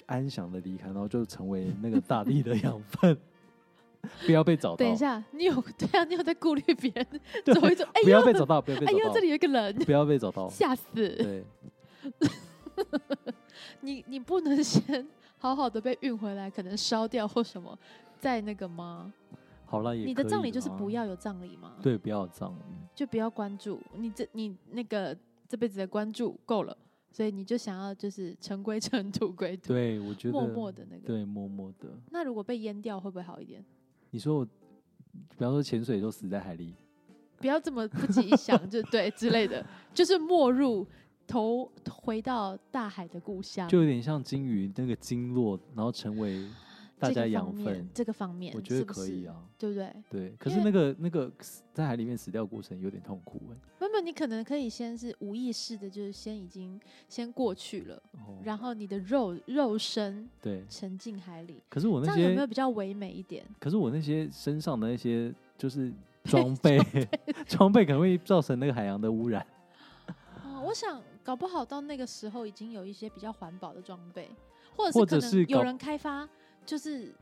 [SPEAKER 1] 安详的离开，然后就成为那个大地的养分， 不要被找到。
[SPEAKER 2] 等一，下，你有对啊，你有在顾虑别人
[SPEAKER 1] 对
[SPEAKER 2] 走一走，哎
[SPEAKER 1] 不
[SPEAKER 2] 呦，
[SPEAKER 1] 要被找到，不要被
[SPEAKER 2] 哎
[SPEAKER 1] 找
[SPEAKER 2] 呦，
[SPEAKER 1] 到
[SPEAKER 2] 这，里有一个人，
[SPEAKER 1] 不要被找到。
[SPEAKER 2] 吓死
[SPEAKER 1] 对。
[SPEAKER 2] 你！你不能先好好的被运回来，可能烧掉或什么，再那个吗？
[SPEAKER 1] 好了，也
[SPEAKER 2] 你的
[SPEAKER 1] 可
[SPEAKER 2] 葬
[SPEAKER 1] 以
[SPEAKER 2] 礼就是
[SPEAKER 1] 啦
[SPEAKER 2] 不要有葬礼吗？，
[SPEAKER 1] 对，不要有葬礼。
[SPEAKER 2] 就不要关注你这你那个这辈子的关注够了，所以你就想要就是尘归尘，土归土。
[SPEAKER 1] 对，我觉得
[SPEAKER 2] 默默的那个。
[SPEAKER 1] 对，默默的。
[SPEAKER 2] 那如果被淹掉会不会好一点？
[SPEAKER 1] 你说我，比方说潜水都死在海里，
[SPEAKER 2] 不要这么不吉祥，就对之类的，就是没入头回到大海的故乡。
[SPEAKER 1] 就有点像鲸鱼那个鲸落，然后成为大
[SPEAKER 2] 这
[SPEAKER 1] 家
[SPEAKER 2] 个
[SPEAKER 1] 养
[SPEAKER 2] 方
[SPEAKER 1] 分
[SPEAKER 2] 面，。这个方面
[SPEAKER 1] 我觉得
[SPEAKER 2] 是不
[SPEAKER 1] 可以
[SPEAKER 2] 是，
[SPEAKER 1] 啊。
[SPEAKER 2] 对不对？
[SPEAKER 1] 对，可
[SPEAKER 2] 因
[SPEAKER 1] 是
[SPEAKER 2] 为
[SPEAKER 1] 那个那个死在海里面死掉的过程有点痛苦哎、
[SPEAKER 2] 那么你可能可以先是无意识的，就是先已经先过去了，
[SPEAKER 1] 哦，
[SPEAKER 2] 然后你的肉肉身
[SPEAKER 1] 对，
[SPEAKER 2] 沉进海里，
[SPEAKER 1] 可是我
[SPEAKER 2] 这
[SPEAKER 1] 那
[SPEAKER 2] 样有没
[SPEAKER 1] 些
[SPEAKER 2] 有，比较唯美一点？
[SPEAKER 1] 可是我那些身上的那些就是装 备， 装备可能会造成那个海洋的污染。
[SPEAKER 2] 哦，我想搞不好到那个时候已经有一些比较环保的装备，或
[SPEAKER 1] 或
[SPEAKER 2] 者
[SPEAKER 1] 者
[SPEAKER 2] 是可
[SPEAKER 1] 是
[SPEAKER 2] 能有
[SPEAKER 1] 搞
[SPEAKER 2] 人开发，就是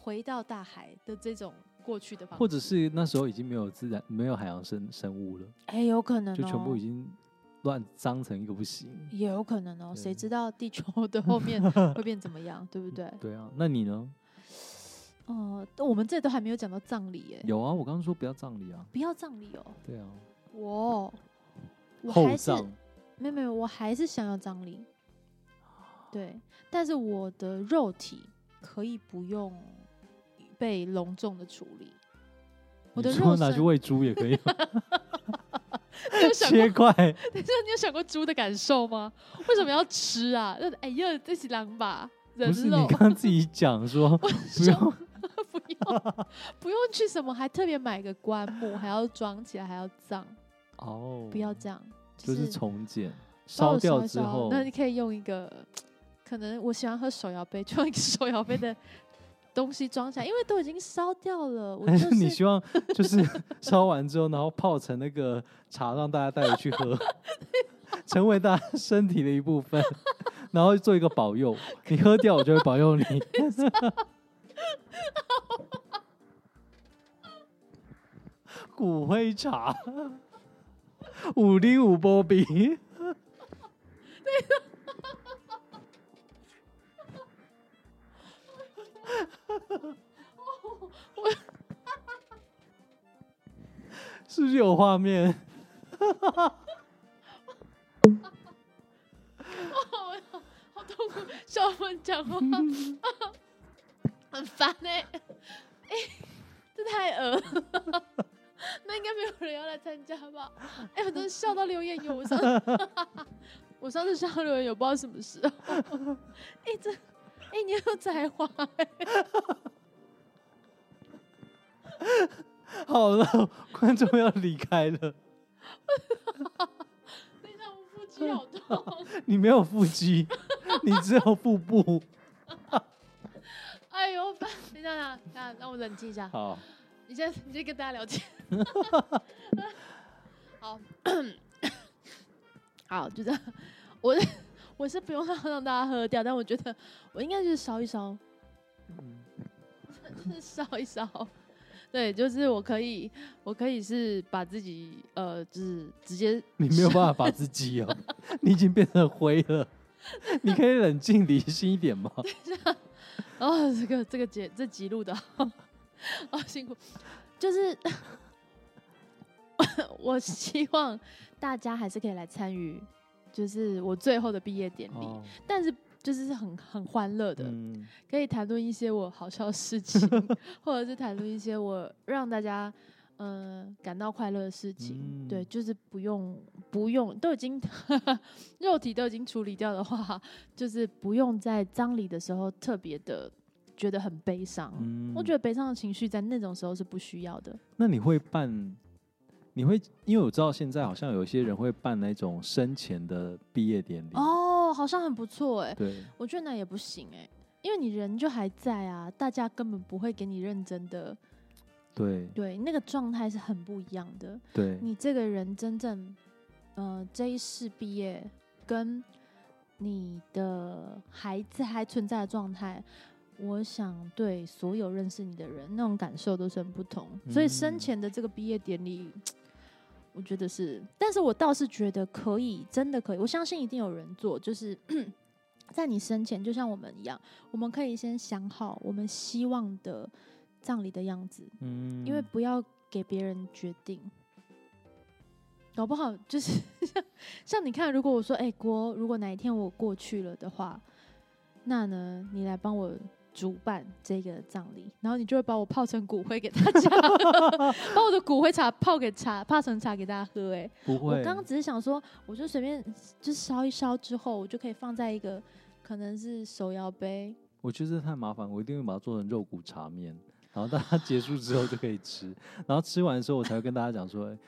[SPEAKER 2] 回到大海的这种过去的方式，
[SPEAKER 1] 或者是那时候已经没有自然没有海洋生生物了，
[SPEAKER 2] 哎、有可能、哦，
[SPEAKER 1] 就全部已经乱脏成一个不行。
[SPEAKER 2] 也有可能哦，谁
[SPEAKER 1] 对
[SPEAKER 2] 知道地球 的后面会变怎么样，对不对？
[SPEAKER 1] 对啊，那你呢？
[SPEAKER 2] 哦、但我们这都还没有讲到葬礼耶，
[SPEAKER 1] 有啊，我刚刚说不要葬礼啊。
[SPEAKER 2] 不要葬礼哦，
[SPEAKER 1] 对啊，
[SPEAKER 2] 我我
[SPEAKER 1] 厚
[SPEAKER 2] 还是
[SPEAKER 1] 葬
[SPEAKER 2] 没有没有，我还是想要葬礼，
[SPEAKER 1] 哦
[SPEAKER 2] 对，但是我的肉体可以不用被隆重的处理。我的
[SPEAKER 1] 你
[SPEAKER 2] 肉
[SPEAKER 1] 说拿
[SPEAKER 2] 身
[SPEAKER 1] 去喂猪也可 以吗，
[SPEAKER 2] 你有想过
[SPEAKER 1] 切块。
[SPEAKER 2] 等一下，你有想过猪的感受吗？为什么要吃啊？那哎呀，这是狼吧，人
[SPEAKER 1] 不是你
[SPEAKER 2] 肉
[SPEAKER 1] 刚，刚自己讲 说不
[SPEAKER 2] 说
[SPEAKER 1] 用，
[SPEAKER 2] 不用不用去什么，还特别买个棺木，还要装起来，还要葬，
[SPEAKER 1] 哦，
[SPEAKER 2] 不要这样，
[SPEAKER 1] 就是是重建，
[SPEAKER 2] 帮
[SPEAKER 1] 烧
[SPEAKER 2] 我
[SPEAKER 1] 掉
[SPEAKER 2] 一
[SPEAKER 1] 之
[SPEAKER 2] 烧
[SPEAKER 1] 后，
[SPEAKER 2] 那你可以用一个，可能我喜欢喝手摇杯，就用一个手摇杯的东西装起来，因为都已经烧掉了。我
[SPEAKER 1] 但
[SPEAKER 2] 就是
[SPEAKER 1] 你
[SPEAKER 2] 是
[SPEAKER 1] 希望就是 烧完之后，然后泡成那个茶，让大家带回去 喝，成为大家身体的一部分，然后做一个保佑。你喝掉，我就会保佑 你。骨灰茶，五零五波比。是不是有画面？
[SPEAKER 2] 好痛苦，笑我们讲 话很烦哎、哎、这太恶了。那应该没有人要来参加吧？哎、我真的笑到流眼油。我上次我上次笑到流眼油，不知道什么时候。 哎、这哎、你很有才华哎、
[SPEAKER 1] 好了，观众要离开了，
[SPEAKER 2] 那让我腹肌好痛。
[SPEAKER 1] 你没有腹肌，你只有腹部。
[SPEAKER 2] 哎呦，烦等一下，等一下，让我冷静一下。
[SPEAKER 1] 好，
[SPEAKER 2] 你先，你先跟大家聊天。 好，好，就这样。我我是不用让让大家喝掉，但我觉得我应该就是烧一烧， 就是烧一烧。对，就是我可以，我可以是把自己呃，就是直接
[SPEAKER 1] 你没有办法把自己 哦，你已经变成灰了。你可以冷静理性一点吗？
[SPEAKER 2] 哦，这个这个节这集录的，哦辛苦，就是 我希望大家还是可以来参与，就是我最后的毕业典礼，
[SPEAKER 1] 哦，
[SPEAKER 2] 但是就是是很很欢乐的，
[SPEAKER 1] 嗯，
[SPEAKER 2] 可以谈论一些我好笑的事情， 或者是谈论一些我让大家。嗯，感到快乐的事情，对，
[SPEAKER 1] 嗯
[SPEAKER 2] 就是不用不用，都已经 肉体都已经处理掉的话，就是不用在葬礼的时候特别的觉得很悲伤。
[SPEAKER 1] 嗯
[SPEAKER 2] 我觉得悲伤的情绪在那种时候是不需要的。
[SPEAKER 1] 那你会办？你会因为我知道现在好像有一些人会办那种生前的毕业典礼，
[SPEAKER 2] 哦，好像很不错哎、
[SPEAKER 1] 对，
[SPEAKER 2] 我觉得那也不行哎、因为你人就还在啊，大家根本不会给你认真的，
[SPEAKER 1] 对，
[SPEAKER 2] 对，那个状态是很不一样的。
[SPEAKER 1] 对，
[SPEAKER 2] 你这个人真正，呃，这一世毕业跟你的孩子还存在的状态，我想对所有认识你的人，那种感受都是很不同。所以生
[SPEAKER 1] 嗯
[SPEAKER 2] 前的这个毕业典礼，我觉得是，但是我倒是觉得可以，真的可以，我相信一定有人做，就是。 在你生前，就像我们一样，我们可以先想好我们希望的葬礼的样子，
[SPEAKER 1] 嗯
[SPEAKER 2] 因为不要给别人决定。搞不好就是 像像你看，如果我说，哎、郭，如果哪一天我过去了的话，那呢，你来帮我主办这个葬礼，然后你就会把我泡成骨灰给 大家，把我的骨灰茶泡给茶泡成茶给大家喝、哎，
[SPEAKER 1] 不
[SPEAKER 2] 我
[SPEAKER 1] 会，
[SPEAKER 2] 刚刚只是想说，我就随便就烧一烧之后，我就可以放在一个可能是手摇杯，
[SPEAKER 1] 我觉得这太麻烦，我一定会把它做成肉骨茶面，然后大家结束之后就可以吃， 然后吃完的时候我才会跟大家讲说，哎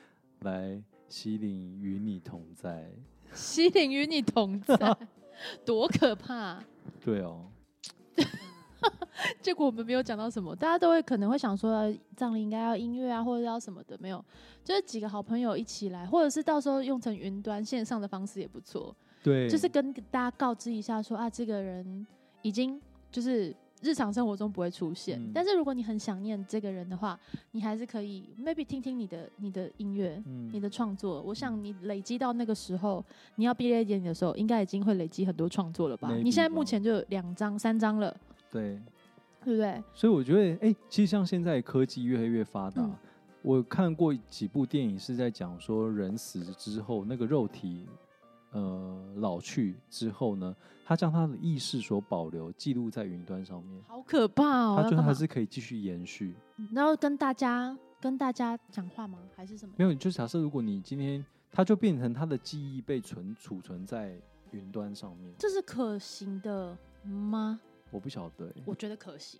[SPEAKER 1] 来，西岭与你同在，
[SPEAKER 2] 西岭与你同在， 多可怕啊、
[SPEAKER 1] 对哦，
[SPEAKER 2] 结果我们没有讲到什么，大家都会可能会想说，呃葬礼应该要音乐啊，或者要什么的，没有，就是几个好朋友一起来，或者是到时候用成云端线上的方式也不错，
[SPEAKER 1] 对，
[SPEAKER 2] 就是跟大家告知一下说啊，这个人已经就是日常生活中不会出现，
[SPEAKER 1] 嗯
[SPEAKER 2] 但是如果你很想念这个人的话，你还是可以 maybe 听听你的你的音乐。
[SPEAKER 1] 嗯
[SPEAKER 2] 你的创作，我想你累积到那个时候，你要毕业典礼的时候，应该已经会累积很多创作了吧？你
[SPEAKER 1] Maybe
[SPEAKER 2] 现在
[SPEAKER 1] 吧
[SPEAKER 2] 目前就有两张、三张了，
[SPEAKER 1] 对，
[SPEAKER 2] 对不对？
[SPEAKER 1] 所以我觉得，哎、其实像现在科技越来越发达，
[SPEAKER 2] 嗯
[SPEAKER 1] 我看过几部电影是在讲说人死之后那个肉体，呃，老去之后呢，他将他的意识所保留记录在云端上面，
[SPEAKER 2] 好可怕哦！
[SPEAKER 1] 他
[SPEAKER 2] 要
[SPEAKER 1] 觉得
[SPEAKER 2] 干
[SPEAKER 1] 还
[SPEAKER 2] 嘛
[SPEAKER 1] 是可以继续延续。
[SPEAKER 2] 嗯然后跟大家跟大家讲话吗？还是什么？
[SPEAKER 1] 没有，就假设如果你今天，它就变成他的记忆被存储存在云端上面，
[SPEAKER 2] 这是可行的吗？
[SPEAKER 1] 我不晓得欸、
[SPEAKER 2] 我觉得可行，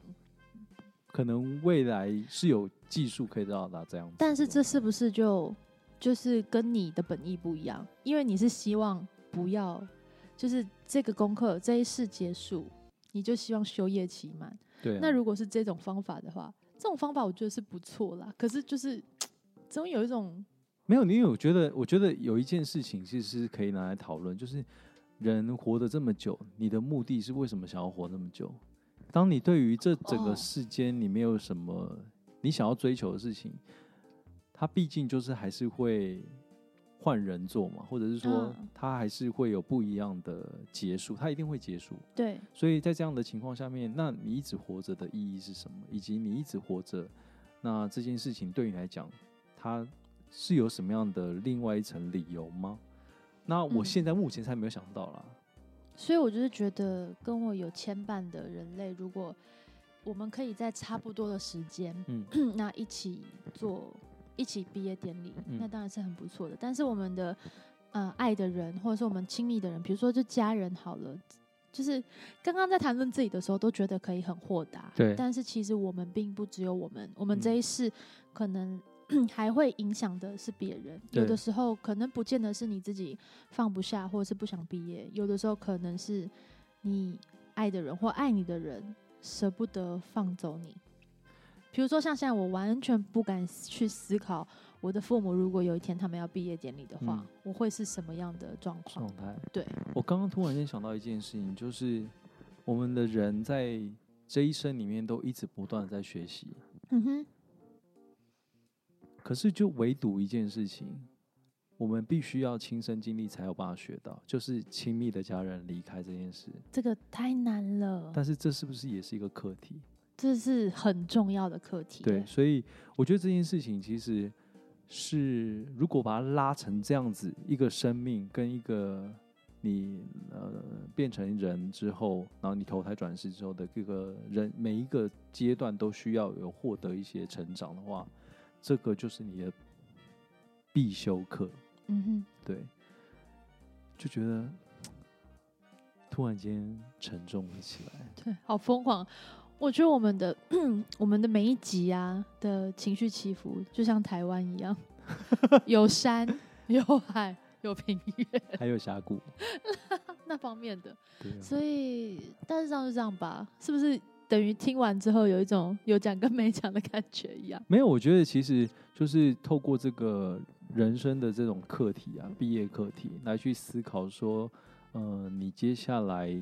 [SPEAKER 1] 可能未来是有技术可以到达这样子的。
[SPEAKER 2] 但是这是不是就就是跟你的本意不一样？因为你是希望不要，就是这个功课这一世结束，你就希望修业期满，
[SPEAKER 1] 对啊、
[SPEAKER 2] 那如果是这种方法的话，这种方法我觉得是不错啦。可是就是总有一种
[SPEAKER 1] 没有，你有觉得？我觉得有一件事情其实是可以拿来讨论，就是人活得这么久，你的目的是为什么想要活那么久？当你对于这整个
[SPEAKER 2] 哦
[SPEAKER 1] 世间你没有什么你想要追求的事情，它毕竟就是还是会换人做嘛，或者是说
[SPEAKER 2] 嗯
[SPEAKER 1] 它还是会有不一样的结束，它一定会结束。
[SPEAKER 2] 对
[SPEAKER 1] 所以在这样的情况下面，那你一直活着的意义是什么？以及你一直活着，那这件事情对你来讲，它是有什么样的另外一层理由吗？那我
[SPEAKER 2] 嗯
[SPEAKER 1] 现在目前才没有想到啦。
[SPEAKER 2] 所以我就是觉得跟我有牵绊的人类，如果我们可以在差不多的时间，
[SPEAKER 1] 嗯
[SPEAKER 2] 那一起做一起毕业典礼，
[SPEAKER 1] 嗯
[SPEAKER 2] 那当然是很不错的。但是我们的呃爱的人，或者是我们亲密的人，比如说就家人好了。就是刚刚在谈论自己的时候，都觉得可以很豁达，
[SPEAKER 1] 对
[SPEAKER 2] 但是其实我们并不只有我们，我们
[SPEAKER 1] 嗯
[SPEAKER 2] 这一世可能还会影响的是别人。有
[SPEAKER 1] 对
[SPEAKER 2] 的时候可能不见得是你自己放不下，或者是不想毕业；有的时候可能是你爱的人或爱你的人舍不得放走你。比如说，像现在我完全不敢去思考，我的父母如果有一天他们要毕业典礼的话，
[SPEAKER 1] 嗯
[SPEAKER 2] 我会是什么样的状况
[SPEAKER 1] 状？态。
[SPEAKER 2] 对，
[SPEAKER 1] 我刚刚突然间想到一件事情，就是我们的人在这一生里面都一直不断的在学习，
[SPEAKER 2] 嗯哼，
[SPEAKER 1] 可是就唯独一件事情，我们必须要亲身经历才有办法学到，就是亲密的家人离开这件事。
[SPEAKER 2] 这个太难了，
[SPEAKER 1] 但是这是不是也是一个课题？
[SPEAKER 2] 这是很重要的课题。
[SPEAKER 1] 对，，所以我觉得这件事情其实是，如果把它拉成这样子，一个生命跟一个你呃变成人之后，然后你投胎转世之后的各个人每一个阶段都需要有获得一些成长的话，这个就是你的必修课。
[SPEAKER 2] 嗯哼，
[SPEAKER 1] 对，就觉得突然间沉重了起来。
[SPEAKER 2] 对，好疯狂。我觉得我们的我们的每一集啊的情绪起伏，就像台湾一样，有山 有海有平原
[SPEAKER 1] 还有峡谷，
[SPEAKER 2] 那方面的。
[SPEAKER 1] 对、啊，
[SPEAKER 2] 所以大致上就这样吧，是不是等于听完之后有一种有讲跟没讲的感觉一样？
[SPEAKER 1] 没有，我觉得其实就是透过这个人生的这种课题啊，毕业课题来去思考说，呃，你接下来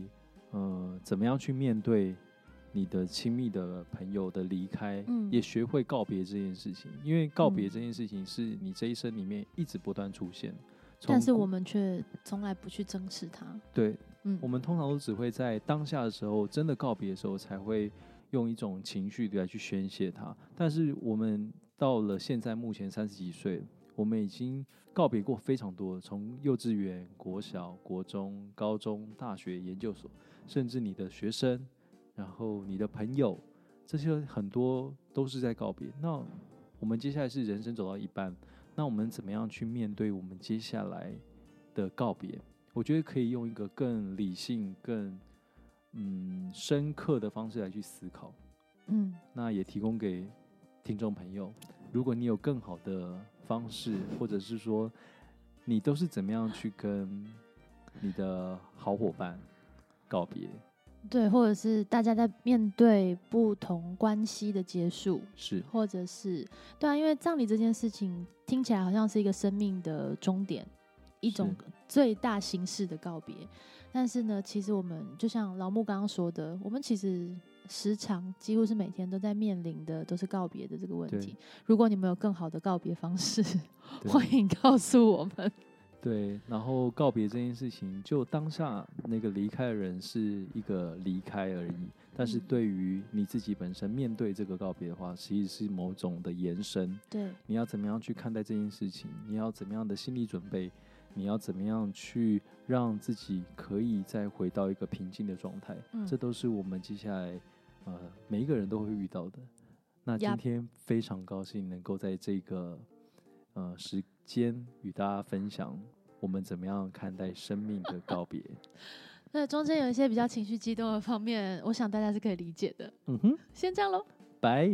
[SPEAKER 1] 呃怎么样去面对你的亲密的朋友的离开，
[SPEAKER 2] 嗯
[SPEAKER 1] 也学会告别这件事情，因为告别
[SPEAKER 2] 嗯
[SPEAKER 1] 这件事情是你这一生里面一直不断出现。从
[SPEAKER 2] 但是
[SPEAKER 1] 古
[SPEAKER 2] 我们却从来不去正视它。
[SPEAKER 1] 对
[SPEAKER 2] 嗯，
[SPEAKER 1] 我们通常都只会在当下的时候，真的告别的时候，才会用一种情绪啊来去宣泄它。但是我们到了现在目前三十几岁，我们已经告别过非常多，从幼稚园、国小、国中、高中、大学、研究所，甚至你的学生，然后你的朋友，这些很多都是在告别。那我们接下来是人生走到一半，那我们怎么样去面对我们接下来的告别？我觉得可以用一个更理性、更嗯深刻的方式来去思考。
[SPEAKER 2] 嗯，
[SPEAKER 1] 那也提供给听众朋友，如果你有更好的方式，或者是说你都是怎么样去跟你的好伙伴告别，
[SPEAKER 2] 对，或者是大家在面对不同关系的结束，
[SPEAKER 1] 是
[SPEAKER 2] 或者是对啊，因为葬礼这件事情听起来好像是一个生命的终点，一种最大形式的告别。但是呢，其实我们就像老木刚刚说的，我们其实时常几乎是每天都在面临的都是告别的这个问
[SPEAKER 1] 对
[SPEAKER 2] 题。如果你们有更好的告别方式，
[SPEAKER 1] 对
[SPEAKER 2] 欢迎告诉我 们。
[SPEAKER 1] 对，然后告别这件事情，就当下那个离开的人是一个离开而已，但是
[SPEAKER 2] 嗯
[SPEAKER 1] 对于你自己本身面对这个告别的话，其实是某种的延伸。
[SPEAKER 2] 对，
[SPEAKER 1] 你要怎么样去看待这件事情？你要怎么样的心理准备？你要怎么样去让自己可以再回到一个平静的状态？
[SPEAKER 2] 嗯
[SPEAKER 1] 这都是我们接下来呃每一个人都会遇到的。那今
[SPEAKER 2] Yup
[SPEAKER 1] 天非常高兴能够在这个呃时间与大家分享我们怎么样看待生命的告 别。
[SPEAKER 2] 那中间有一些比较情绪激动的方面，我想大家是可以理解的。
[SPEAKER 1] 嗯哼，
[SPEAKER 2] 先这样喽。
[SPEAKER 1] 拜。